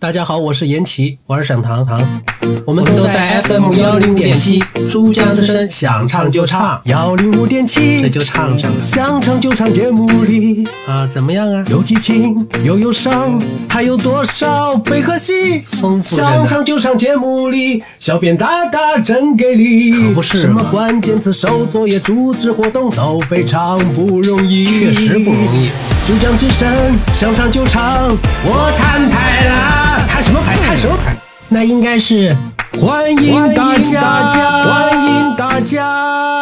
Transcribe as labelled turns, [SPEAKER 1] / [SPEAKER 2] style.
[SPEAKER 1] 大家好，我是严琦，我是沈堂堂，我们
[SPEAKER 2] 我们
[SPEAKER 1] 都
[SPEAKER 2] 都
[SPEAKER 1] 在
[SPEAKER 2] 在
[SPEAKER 1] FM 幺零五点七
[SPEAKER 2] 105.7
[SPEAKER 1] 珠江之声，想唱就唱幺零五点七，
[SPEAKER 2] 这就唱上了
[SPEAKER 1] 想唱就唱节目里啊、怎么样啊？有激情，有忧伤，还有多少悲和喜？
[SPEAKER 2] 丰富着呢
[SPEAKER 1] 想唱就唱节目里，小编大大真给力，
[SPEAKER 2] 可不是嘛
[SPEAKER 1] 什么关键词、手作业、主持活动都非常不容易，
[SPEAKER 2] 确实不容易。
[SPEAKER 1] 珠江之声，想唱就唱，我摊牌啦！摊什么牌？摊什么牌？那应该是欢迎
[SPEAKER 2] 欢迎
[SPEAKER 1] 大
[SPEAKER 2] 大
[SPEAKER 1] 家，
[SPEAKER 2] 家
[SPEAKER 1] 欢迎大家。